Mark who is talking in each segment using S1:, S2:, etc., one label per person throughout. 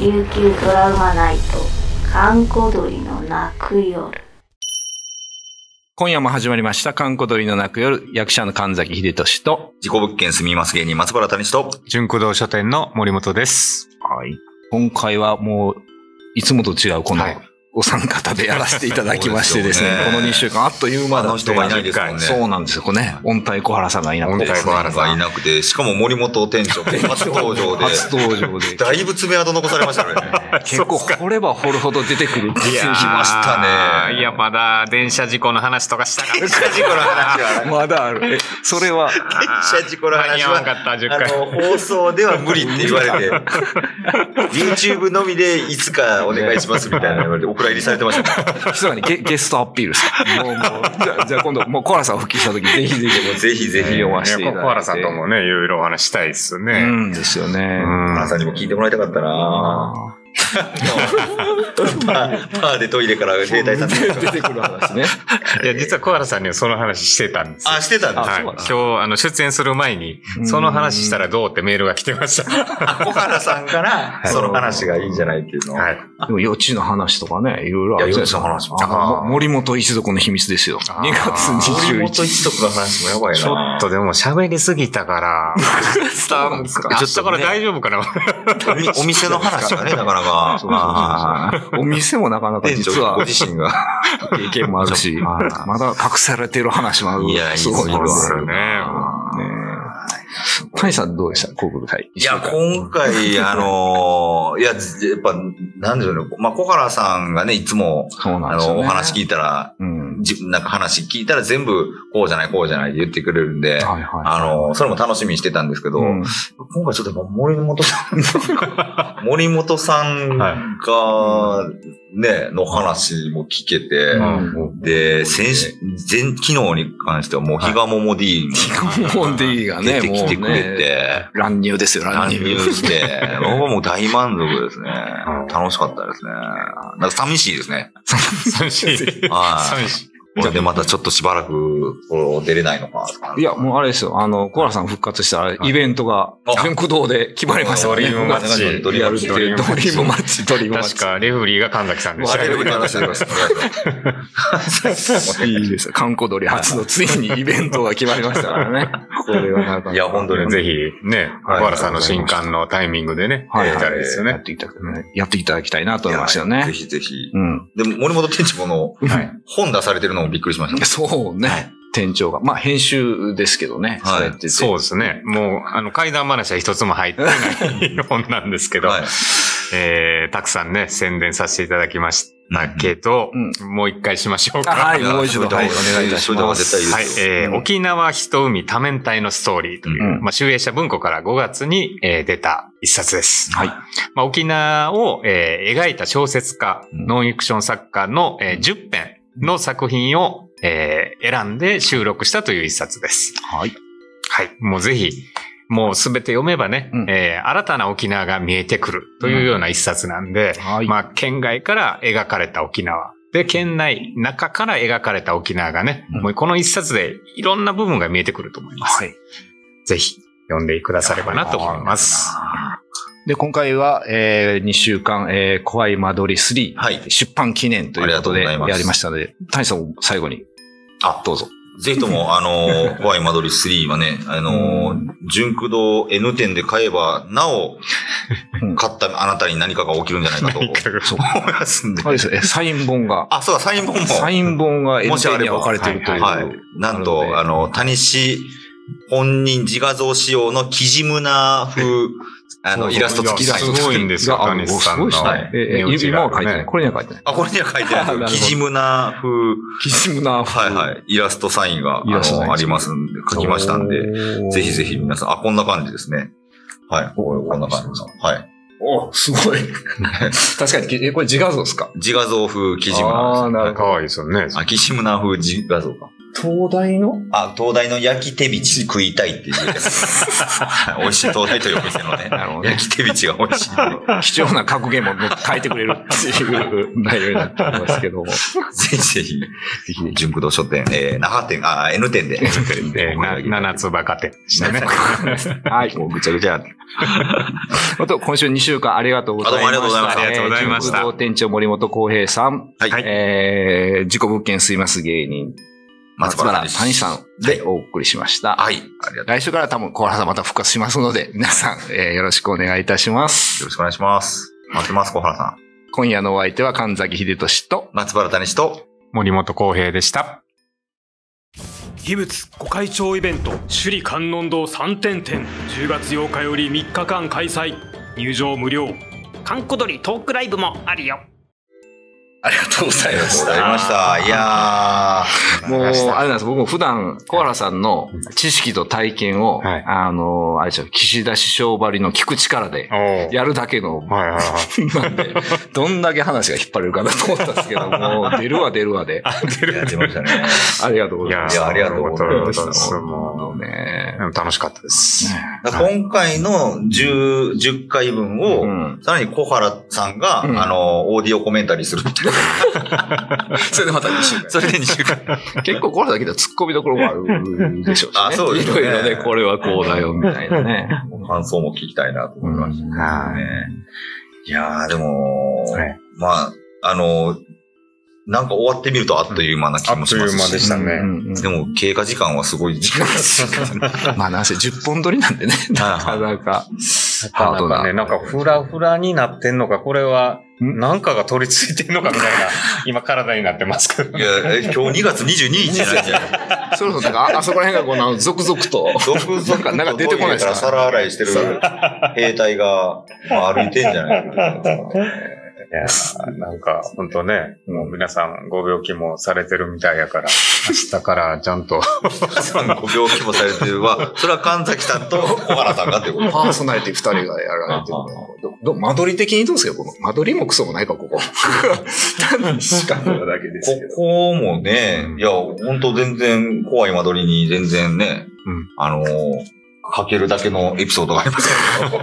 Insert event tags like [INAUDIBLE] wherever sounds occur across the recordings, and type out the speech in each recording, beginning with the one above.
S1: 琉球ドラマナイト閑古鳥の泣く夜
S2: 今夜も始まりました、観光鳥の泣く夜、役者の神崎秀俊と、
S3: 事故物件住みます芸人松原谷氏と。
S4: 純駆動書店の森本です。
S2: はい。今回はもう、いつもと違う、この
S4: はい、
S2: お三方でやらせていただきましてです [LAUGHS] ね、
S3: そうですよね
S2: この2週間、あっという間だ
S3: あの人がいないですもんね
S2: そうなんですよ、これね。音体小原さんがいなくてですね。
S4: 小原さん
S3: がいなくて、しかも森本店長、初登場で。
S2: 初登場で。
S3: だいぶ爪痕残されましたね。
S2: [LAUGHS] 結構掘れば掘るほど出てくる。
S3: いやー来ましたね
S4: いや、まだ電車事故の話とかしたかった。
S3: 事故の話は。
S2: まだある。えそれ [LAUGHS] は、
S3: 電車事故の
S4: 間に
S3: 話
S4: 合わな
S3: は。
S4: かった、10
S3: あ
S4: 回。
S3: の、放送では無理って言われて、YouTube のみでいつかお願いしますみたいな言われて、お蔵入りされてましたね。
S2: 密かに [LAUGHS] ゲゲストアピールする。もう、もう、じゃあじゃあ今度、もう小原さんを復帰した時、ぜひぜひ。
S3: もうぜひぜひ
S2: 読ませていただいて
S4: ね小原さんともね、いろいろお話したいですよ
S2: う
S4: ね。
S2: んですよね。
S3: 皆さんにも聞いてもらいたかったな [LAUGHS] ぁ。パーパーでトイレから停滞
S2: [LAUGHS]
S3: させて。
S2: 出てくる話ね。
S4: いや、実は小原さんにはその話してたんですよ。
S3: あ、してたんだ。
S4: はい、
S2: そうなん
S4: 今
S2: だ
S4: 日、あの、出演する前に、その話したらどうってメールが来てました。
S3: 小原さんから、
S2: い
S3: その話がいいんじゃないっていうのを。
S4: [LAUGHS] はい。
S2: でも、余地の話とかね、いろいろあるじゃないですか。
S3: いや余地の
S4: 話も
S2: あーも森本一族の秘密ですよ。
S4: あ
S2: 2
S4: ー
S2: 月
S3: 森
S2: 21
S3: 本
S2: 日。
S3: 一族の話もやばいな。
S4: ちょっとでも喋りすぎたから。
S2: そうなんです
S4: ちょっとだから大丈夫かな
S3: おお店の話がね、なかなか。
S2: そうそうそうそうお店もなかなか
S3: 店
S2: 実
S3: 長
S2: は
S3: ご自身が。
S2: 経験もあるし、まだ隠されてる話もある。
S3: いやいい
S2: すごい
S3: そう
S2: わ
S3: です
S4: よね
S2: ね谷さんどうでした広告隊。
S3: いや、今回、あのー、いや、ずやっぱ、なんでしょうね。まあ、小原さんがね、いつも、
S2: そうなん
S3: あ
S2: ですよ、
S3: の、
S2: ね。
S3: お話
S2: い
S3: 聞いたら、
S2: うん。
S3: じなんか話聞いたら全部、こうじゃない、こうじゃないって言ってくれるんで、
S2: はいは
S3: あのー、それも楽しみにしてたんですけ
S2: い。
S3: ど、
S2: うん
S3: 今回ちょっとやっぱ森本さん、森本さん
S4: は [LAUGHS]
S3: が、ね、の話も聞けて、
S2: うん
S3: で、先週、前、昨日に関してはもう、
S4: はい
S3: ヒガモモ D
S2: もう D が
S3: が
S2: ね、
S3: 出てきてく
S2: も
S3: れ
S2: うね
S3: て、
S2: 乱入ですよ、乱
S3: 乱
S2: 入。
S3: 入して、僕はもう大満足ですね
S4: ん。
S3: 楽しかったですね。なんか寂しいですね。
S4: 寂し
S3: [LAUGHS]
S4: い。
S3: は
S4: 寂しい。
S3: い。じゃあで、またちょっとしばらく、こう、出れないのか。
S2: いや、もうあれですよ。あの、コアラさん復活したら、イベントが、
S3: あ
S2: 全駆動で決まりました。
S3: ドリ
S4: ームマッチ
S2: ドリームマッチ。ド
S4: ド
S2: リ
S4: リ
S2: ー
S4: ームマッチ
S2: ムマッチ、ドリームマッチ。
S4: 確か、レフェリーが神崎さんでした
S3: 我
S4: けど。
S3: 々に話してください。お願いします
S2: いいですよ。観光鳥初のついにイベントが決まりましたからね。これはなかなか
S3: [LAUGHS] いや、本当に
S4: ぜひ、ね、小
S3: はい
S4: 原さんの新刊のタイミングでね、
S2: [LAUGHS] はい
S4: やりたいですよ
S2: やっ
S4: ね。
S2: ていただきたいねやっていただきたいなと思いますよ
S3: ぜ
S2: ね。
S3: ひぜひ。
S2: うん。
S3: でも、森本店長の
S4: はい。
S3: 本出されてるのもびっくりしましたね。
S2: そうね。店長が。まあ、編集ですけどね。
S3: はい
S2: そうやってて
S4: そうですね。もう、あの、怪談話は一つも入ってない本なんですけど、
S3: はい
S4: えー、たくさんね、宣伝させていただきましたけど、
S2: う
S4: もう一回しましょう
S2: あ
S4: か。
S2: はい、もう一度、
S3: いや
S2: はい、お願いいたしま
S3: それ
S2: す。
S3: では絶対
S4: はい
S3: いですよ
S4: えー
S2: うん
S4: 沖縄人海多面体のストーリーという、
S2: うん
S4: まあ、集英社文庫から5月に、えー出た一冊です。
S2: はい
S4: まあ、沖縄を、えー描いた小説家、
S3: うん
S4: ノンフィクション作家の、えー10編の作品を、えー選んで収録したという一冊です。
S2: はい。
S4: はい。もうぜひ、もうすべて読めばね、
S2: うん
S4: えー新たな沖縄が見えてくるというような一冊なんで、
S2: はい。
S4: まあ、県外から描かれた沖縄。で、県内、中から描かれた沖縄がね、
S2: うん
S4: もうこの一冊でいろんな部分が見えてくると思います。
S2: はい。
S4: ぜひ、読んでくださればなと思います。
S2: で、今回は、えー、2週間、えー、怖い間取り3、
S3: はい
S2: 出版記念ということ
S3: あ
S2: で
S3: りが
S2: や
S3: とうございます
S2: りましたので、谷さんを最後
S3: [LAUGHS]
S2: に、
S3: あ
S2: どうぞ。
S3: ぜひ
S2: [LAUGHS]
S3: とも、あのー、怖い間取り3はね、あのー、純駆動 N 店で買えば、なお
S2: うん、
S3: 買ったあなたに何かが起きるんじゃない
S2: [LAUGHS]
S3: かと思い
S4: そう
S3: ますんで
S2: あ。れですよえサイン本が、
S3: [LAUGHS] あ、そうだ、サイン本も。
S2: サイン本が N
S3: もしあ
S2: 点
S3: れ
S2: に
S3: ば
S2: 分かれているという。
S3: はい。なんと、あの、谷氏本人自画像仕様のキジムナ風、あの、イラスト付き
S4: いや
S3: サイン。
S4: すごいんですよ、
S2: があ
S4: タ
S2: る
S4: ニスさんの
S2: おすごいですね。ええ
S4: 名字
S2: 今
S4: があ
S2: は書いて
S4: るね
S2: ない。これには書いてない。
S3: あ、これには書いて
S2: [LAUGHS] な
S3: あ
S2: るほ
S3: る。
S2: ど
S3: キジムナ風、
S2: キシムナーフ。
S3: [LAUGHS] はいはい、イラストサインが、あ
S2: イラストサイン
S3: の、ありますんで、書きましたんで、ぜひぜひ皆さん、あ、こんな感じですね。はい、こうこんな感じの。はい。
S2: お、す
S3: [LAUGHS]
S2: ごい。確かに、えこれ自画像ですか
S3: 自画像風キジムナ
S2: あーなるほ
S3: です。
S4: かわいいですよね。
S3: あ、キジムナ風自画像か。
S2: 東大の
S3: あ、東大の焼き手びち食いたいっていう。美味しい東大というお店のね。
S4: なるほどね
S3: 焼き手びちが美味しい。
S2: [LAUGHS] 貴重な格言も書いてくれるっていう内容になっておりますけども。
S3: ぜひぜひ、ぜひね、純駆動書店、えー、那覇店、あ、N 店で。 [LAUGHS]
S4: えーな七つバカ店でしたね。
S2: はい。
S3: もうぐちゃぐちゃ。
S2: あと、今週2週間ありがとうございました。
S3: あどうもあ
S4: りがとうございま
S2: えー純
S4: した
S2: 駆動店長森本浩平さん、
S3: はい。
S2: えー、自己物件すいます芸人、松原谷さん
S3: は
S2: で
S3: い。
S2: お送りしました。
S3: はい。ありがとう。よ
S2: 来週から多分、小原さんまた復活しますので、皆さん、えーよろしくお願いいたします。
S3: ろしくお願いします。待ってます、小原さん。
S2: 今夜のお相手は神崎秀俊と、
S3: 松原谷氏と、
S4: 森本浩平でした。
S5: 秘仏御開帳イベント首里観音堂3点展10月8日より3日間開催入場無料
S6: カンコドリトークライブもあるよ
S2: ありがとうござ
S3: ありがとうございました。いやー。
S2: もう、あれ
S3: あ
S2: なんです、僕も普段、小原さんの知識と体験を、
S4: はい
S2: あの、あれでしょ、岸田首相ばりの聞く力で
S4: お、ー
S2: やるだけの、
S4: はいはいはい。
S2: なんで、どんだけ話が引っ張れるかなと思ったんですけど、もう、出るわ出るわで、
S3: やってましたね。
S2: ありがとうございま
S3: い
S2: す。
S3: やありがとうございました
S4: ありがとうございます
S2: もうね、
S4: うん楽しかったです。
S3: だから今回の10、10回分を、
S2: うん
S3: さらに小原さんが、
S2: うん
S3: あの、オーディオコメンタリーするみたいな。
S2: それでまた2週間。
S3: [LAUGHS] それで2週間。
S2: 結構小原さんけど突っ込みどころもあるでしょうし、ね。
S3: あそうですね
S2: いろいろね、これはこうだよ、みたいなね。
S3: 感想も聞きたいなと思いましたね。
S4: はい
S3: やー、でも、
S4: はい
S3: まあ、あの、なんか終わってみるとあっという間な気もしますし。
S4: あっという間でしたね
S2: うんうんうん
S3: でも、経過時間はすごい時間ですね。 [LAUGHS]
S2: まあ、なんせ10本撮りなんでね、なかなか。ハードな
S4: ね、なんかフラフラになってんのか、これは、
S2: ん
S4: なんかが取り付いてんのかみたい [LAUGHS] な、今体になってますけど
S3: い。や、え今日2月22日じゃないです
S2: [LAUGHS]
S3: か。
S2: そろそろなんか、ああそこら辺がこう、なんか続々と。
S3: 続々
S2: なんかなんか出てこないですか
S3: トイレら皿洗いしてる兵隊が、まあ、歩いてんじゃないかと [LAUGHS] 思います
S4: いやーなんか、本当ね、もう皆さんご病気もされてるみたいやから、明日からちゃ [LAUGHS] んと、
S3: ご病気もされてるわ。それは神崎さんと小原さんがってこと。
S2: パーソナリティ二人がやられてるのどど間取り的にどうですかこの間取りもクソもないか、ここ。単に仕掛けただけですけど。
S3: ここもね、いや、本当全然、怖い間取りに全然ね、
S4: うん
S3: あのーかけるだけのエピソードがあり [LAUGHS] ますか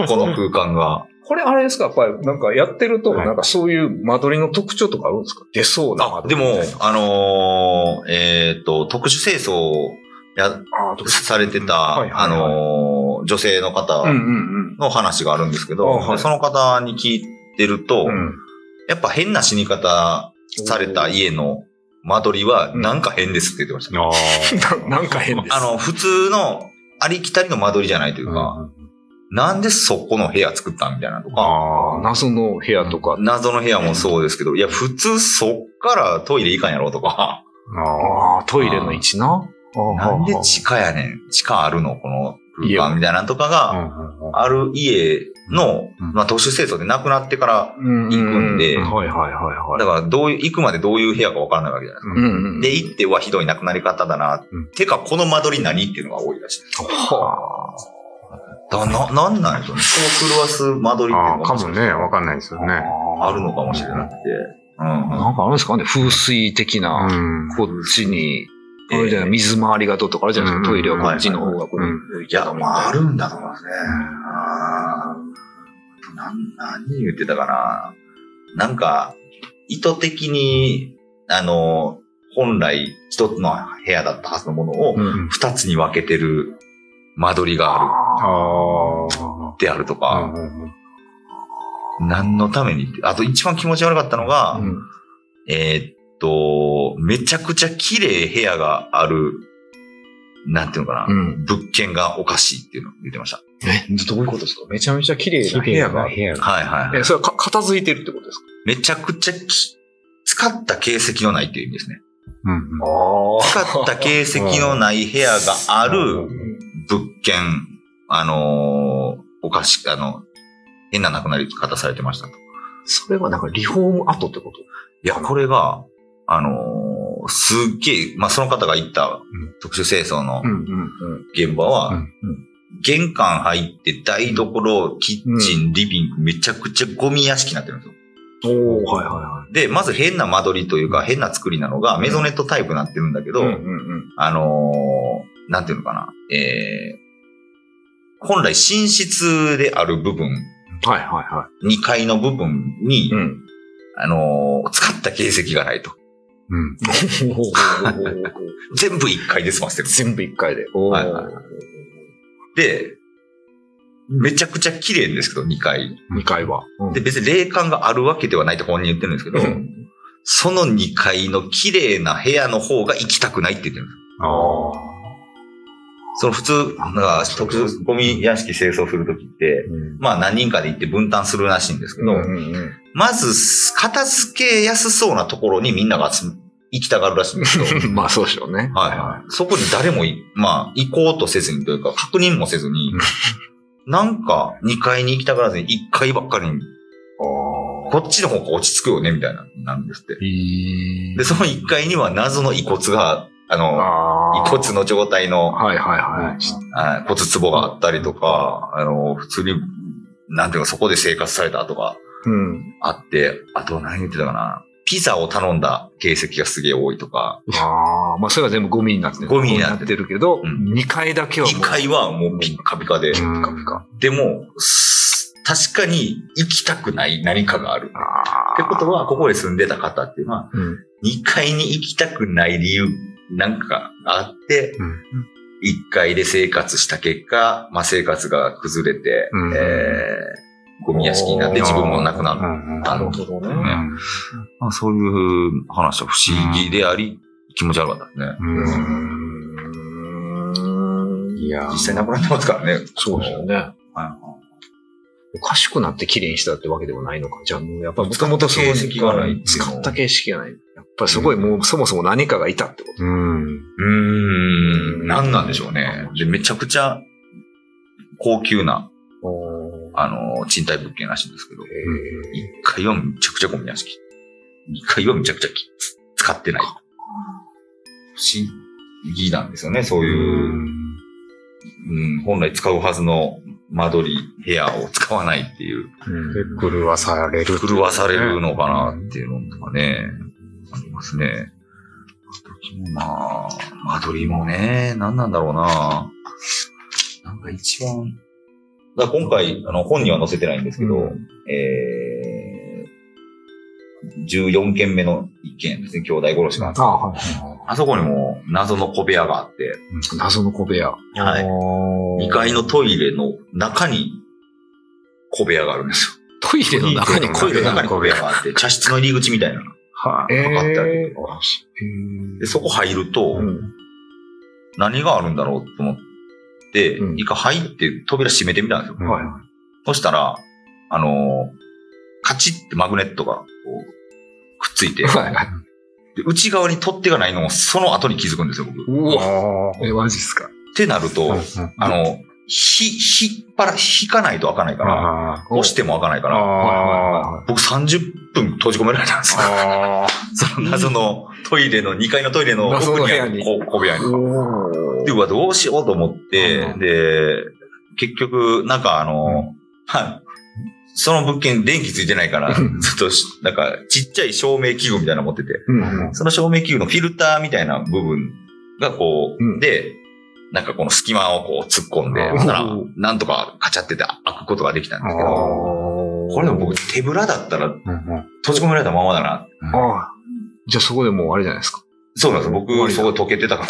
S3: ら、この空間が。
S2: [LAUGHS] これあれですかやっぱり、なんかやってると、
S4: はい
S2: なんかそういう間取りの特徴とかあるんですか出そうな間
S3: あ、
S2: 取り
S3: で
S2: みたい
S3: も
S2: な。、
S3: あのーえっと、特殊清掃をや、
S2: あーとか
S3: されて
S2: はいはい
S3: た、
S2: はい
S3: あのー女性の方
S2: うんうん
S3: の話があるんですけど、
S2: あはい
S3: その方に聞いてると、
S2: うん。うん
S3: やっぱ変な死に方された家の間取りはなんか変ですって言ってました。
S4: あ
S2: ななんか変です。
S3: あの、普通のありきたりの間取りじゃないというか、なんでそこの部屋作ったんみたいなのとか、
S2: あー、謎の部屋とか。
S3: 謎の部屋もそうですけど、いや、普通そっからトイレ行かんやろとか、
S2: ああ、トイレの位置な。
S3: なんで
S2: ち
S3: 地下やねん、地下あるのこの
S2: 家
S3: 空
S2: は
S3: 間みたいなのとかが、ある家の、
S4: うん
S3: まあ、都市清掃でなくなってから、
S2: 行
S3: 行くんで
S2: はいはいはいはい。
S3: だからどういう、行くまでどういう部屋かわからないわけじゃないですか。
S2: うんうん、
S3: で、行ってはひどい亡くなり方だな。
S4: うん
S3: てか、この間取り何っていうのが多いらしいです。
S2: は
S3: だな、なんなんでしょうね。人を狂わす間取りっていう
S4: あ
S3: の
S4: ー、か
S3: が
S4: もね、わかんないですよ
S2: あ
S4: ね。
S2: あ
S3: あるのかもしれなくて。うんうん。
S2: なんかあるんですかね風水的な、
S4: うん。
S2: こっちに、
S3: ええ
S2: あれじゃない、水回りがどうとかあるじゃないですか、
S4: うん
S2: トイレはこっちの方がこれ、
S4: うん
S3: いや、まあ、あ
S2: る。
S3: るんだと思いますね。あーなん、何言ってたかな。なんか、意図的に、あの、本来一つの部屋だったはずのものを
S2: うん。
S3: 二つに分けてる間取りがある
S4: ああ。
S3: であるとか、
S4: うんうんうん
S3: 何のためにって。あと一番気持ち悪かったのが、
S2: うん
S3: えーっと、めちゃくちゃ綺麗部屋がある、なんていうのかな、
S2: うん。
S3: 物件がおかしいっていうのを言ってました。
S2: え、どういうことですかめちゃめちゃ綺麗な部
S4: 綺麗
S2: 屋
S4: な
S2: が
S4: 部。屋が。
S3: はいはいはい、
S2: え、それはか片付いてるってことですか
S3: めちゃくちゃき使った形跡のないっていう意味ですね。
S4: うんうん
S3: 使った形跡のない部屋があ
S4: うん
S3: る物件、あのーおかしく、あの、変な亡くなり方されてましたと。
S2: それはなんかリフォーム後ってこと
S3: いや、これが、あのーすっげえ、まあ、その方が行った特殊清掃の
S2: んうん
S3: 現場は、
S4: うん
S3: 玄関入って台所、キッチン、リビング、めちゃくちゃゴミ屋敷になってるんですよ。
S2: おおはいは
S3: で、まず変な間取りというか、変な作りなのが、メゾネットタイプになってるんだけど、
S2: いはい。うんうんうん。
S3: あのーなんていうのかな、えー、本来寝室である部分、
S2: はいはいは
S3: 2階の部分に、
S2: い。うん。
S3: あのー使った形跡がないと。
S4: うん。
S3: [LAUGHS] 全部1階で済ませてる。
S2: 全部一回で。おお。
S3: はいはいで、めちゃくちゃ綺麗ですけど、2階。
S2: 二回は。うん
S3: で、別に霊感があるわけではないって本人言ってるんですけど、
S2: うん
S3: その2階の綺麗な部屋の方が行きたくないって言ってるんです。
S2: ああ。
S3: その普通、なんか、特殊ゴミ屋敷清掃するときって、
S2: うん
S3: まあ何人かで行って分担するらしいんですけど、
S2: うんうん
S3: まず、片付けやすそうなところにみんなが集め行きたがるらしいんですけ
S2: [LAUGHS]
S3: ど、
S2: うんまあそうでしょうね。
S3: はいはい。そこに誰もい、まあ、行こうとせずにというか、確認もせずに、なんか、2階に行きたがらずに1階ばっかりに、こっちの方が落ち着くよね、みたいな、なんですって。で、その1階には謎の遺骨が、あの、
S2: あ
S3: 遺
S2: あ。
S3: 骨の状態の、
S2: はいはいはい。
S3: あ骨壺があったりとか、あの、普通に、なんていうか、そこで生活されたとか、
S2: うん。
S3: あって、あと何言ってたかな。ピザを頼んだ形跡がすげえ多いとか、
S2: ああ。まあそれは全部ゴミになってる。
S3: ゴミになってる
S2: るけど、
S3: うん
S2: 二回だけはもう。
S3: 2階はもうピッカピカで、
S2: うんピカピカ。
S3: でも、す確かに行きたくない何かがある。っ
S2: あ
S3: てことは、ここで住んでた方っていうのは、
S2: あ。うん。
S3: 2階に行きたくない理由なんかがあって、
S2: うん
S3: 1階で生活した結果、まあ、生活が崩れて、
S2: うん
S3: えーゴミ屋敷になって自分も亡くなる。
S2: なるほどね。
S3: まあそういう話は不思議であり、気持ち悪かったですね。
S2: うん。いやー
S3: 実際亡くなってますからね。
S2: そうですよね。
S3: はい
S2: おかしくなって綺麗にしたってわけでもないのか。じゃあもうやっぱりもともとそう
S3: 使った形跡がないっていうの
S2: 使った形式がない。やっぱりすごいもうそもそも何かがいたってこと。
S4: うん。
S3: うーん、何なんでしょうね。で、めちゃくちゃ高級な、あの、賃貸物件らしいんですけど、1階はめちゃくちゃゴミ屋敷。2階はめちゃくちゃき使ってない。不思議なんですよね、そういう、うん、本来使うはずの間取り、部屋を使わないっていう、
S4: で、狂わされる。
S3: 狂わされるのかなっていうのとかね、ありますね。まあ、間取りもね、何なんだろうな。なんか一番。だから今回、あの、本には載せてないんですけど、
S2: う
S3: えー、14件目の一件ですね、兄弟殺しがあった。
S2: ああ、はいはいは
S3: あそこにも謎の小部屋があって、
S2: い。謎の小部屋。
S3: はい
S2: い
S3: 2階のトイレの中に小部屋があるんですよ。
S2: トイレの中に
S3: トイレの中に小部屋
S2: が。
S3: があって、茶室の入り口みたいなのが
S2: はい。
S3: あったり
S2: え
S3: とか。で、そこ入ると、
S2: うん
S3: 何があるんだろうと思って、
S2: うん
S3: 一回入って扉閉めてみたんですよ。
S2: はい。
S3: そしたら、あのーカチッってマグネットがこうくっついて、
S2: はい。
S3: で内側に取っ手がないのをその後に気づくんですよ、僕。っ
S2: うわえ、マジっすか。
S3: てなると、
S4: ん
S3: あの、ひ、引っ張ら、引かないと開かないから、
S4: あ
S3: 押しても開かないか
S4: あ。
S3: ら、
S4: ああ。
S3: 僕30分閉じ込められたんですよ。その [LAUGHS] 謎のトイレの、2階のトイレの奥
S2: 謎の部
S3: に
S2: 屋
S3: あ
S2: に
S3: る小小部屋に。
S2: お
S3: で、うわ、どうしようと思って
S2: う、ん
S3: で、結局、なんかあの、はい。その物件電気ついてないから、ちょ
S2: うん
S3: っとし、なんか、ちっちゃい照明器具みたいなの持ってて、
S2: うん。
S3: その照明器具のフィルターみたいな部分がこ
S2: うん
S3: う、で、なんかこの隙間をこう突っ込んで、
S2: うん
S3: そしたら、なんとかカチャってて開くことができたんですけど、
S2: こ
S3: これでも僕手ぶらだったら閉じ込められたままだな。
S2: ああ。じゃあそこでもうあれじゃないですか。
S3: そうなんです。
S2: 終わ
S3: 僕、
S2: りだ
S3: そこ溶けてたから。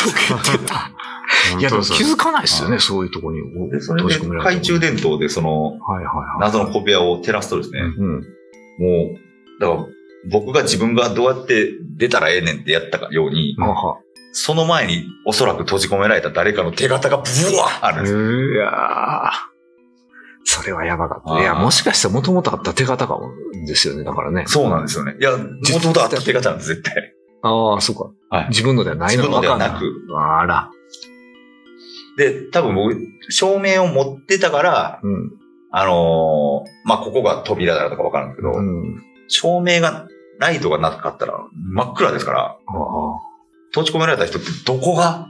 S2: いや、でも気
S4: く。
S2: づかないですよね、そういうところに。
S3: でそれで
S2: て
S3: 懐中電灯でその
S2: はいはいはい。
S3: 謎の小部屋を照らすとですね、
S2: うん。
S3: もう、だから、僕が自分がどうやって出たらええねんってやったかように、
S2: あは。
S3: その前におそらく閉じ込められた誰かの手形がブワーあるん
S2: い
S3: です。
S2: やーそれはやばかっ
S3: あ
S2: た。
S3: ー
S2: いや、もしかしたらもともとあった手形かもですよね、だからね。
S3: そうなんですよね。いや、もともとあった手形なんです、絶対。
S2: ああ、そうか。
S3: はい
S2: 自分のではない
S3: 自
S2: の
S3: 分のでは
S2: わ
S3: な
S2: かん
S3: く。
S2: ないあら。
S3: で、多分僕、照明を持ってたから、
S2: うん。
S3: あのーまあ、ここが扉だとかわかるんだけど、
S2: うん。
S3: 照明が、ライトがなかったら真っ暗ですから、
S2: ああ。
S3: 閉じ込められた人ってどこが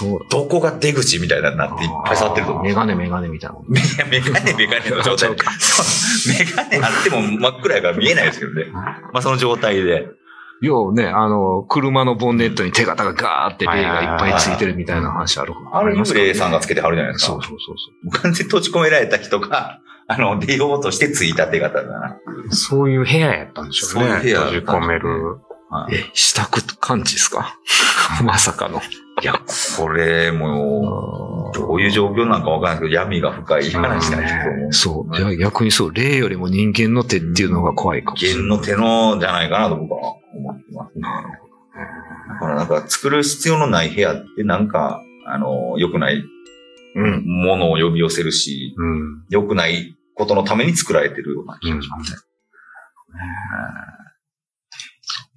S2: そう
S3: どこが出口みたいなのになっていっぱい触ってると思う。
S2: メガネメガネみたいな。 [LAUGHS]
S3: メガメガネ、メガネの状 [LAUGHS] 態。メガネあっても真っ暗やから見えないですけどね。まあその状態で。
S2: 要ね、あの、車のボンネットに手形がガーって霊がいっぱいついてるみたいな話ある
S3: あれ、幽霊さんがつけてはるじゃないですか。
S2: そうそうそうそ
S3: もう完全に閉じ込められた人が、あの、出ようとしてついた手形だな。
S4: そういう部屋やったんでしょうね。
S3: そういう部屋だったんで
S4: 閉
S3: すね
S4: じ込める。
S2: う。え、支度感知です
S3: [LAUGHS]
S2: かまさかの。
S3: いや、これもう、どういう状況なんかわかんないですけど、闇が深い話だね。
S2: そう。じゃあ逆にそう、霊よりも人間の手っていうのが怖いかもしれない。
S3: 弦の手のじゃないかなと僕は思ってます。だからなんか作る必要のない部屋ってなんか、あの、良くない
S2: うん。
S3: ものを呼び寄せるし、
S4: うん。
S3: 良くないことのために作られてるような気がしますね。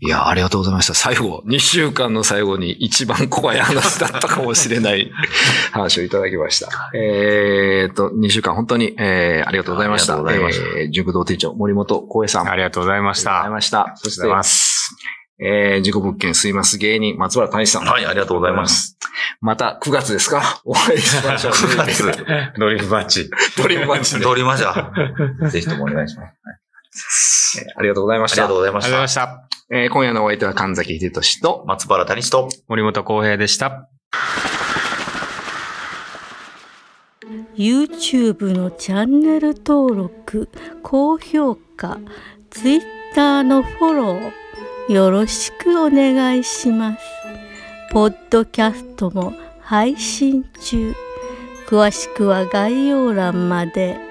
S2: いや、ありがとうございました。最後、2週間の最後に一番怖い話だったかもしれない
S3: [LAUGHS]
S2: 話をいただきました。えー、と、2週間本当に、えー、ありがとうございました。
S3: ありがとうございま
S2: えー、塾堂店長、森本光栄さん。
S4: ありがとうございまし
S2: ありがとうござい
S4: た。
S2: ました。そ
S4: そし
S2: してて、
S4: ます。
S2: えー、自己物件すいます芸人、松原大志さん。
S3: はい、ありがとうございます。
S2: また9月です
S3: [LAUGHS]
S2: かお会いしましょう。
S3: 9月、
S2: [LAUGHS]
S4: ドリフマッチ。
S2: ドリームマッチで。
S3: 通りました。 [LAUGHS] ぜひともお願いします。 [LAUGHS]
S2: えーありがとうございま
S3: あ
S2: し
S3: り
S2: た
S3: がとう。ござい
S4: あ
S3: ま
S4: りがとうご
S3: し
S4: ざいま
S3: た。
S4: した。
S2: えー、今夜のお相手は神崎秀俊と、
S3: 松原谷人。
S4: 森本浩平でした。
S7: YouTube のチャンネル登録高評価 Twitter のフォローよろしくお願いしますポッドキャストも配信中詳しくは概要欄まで。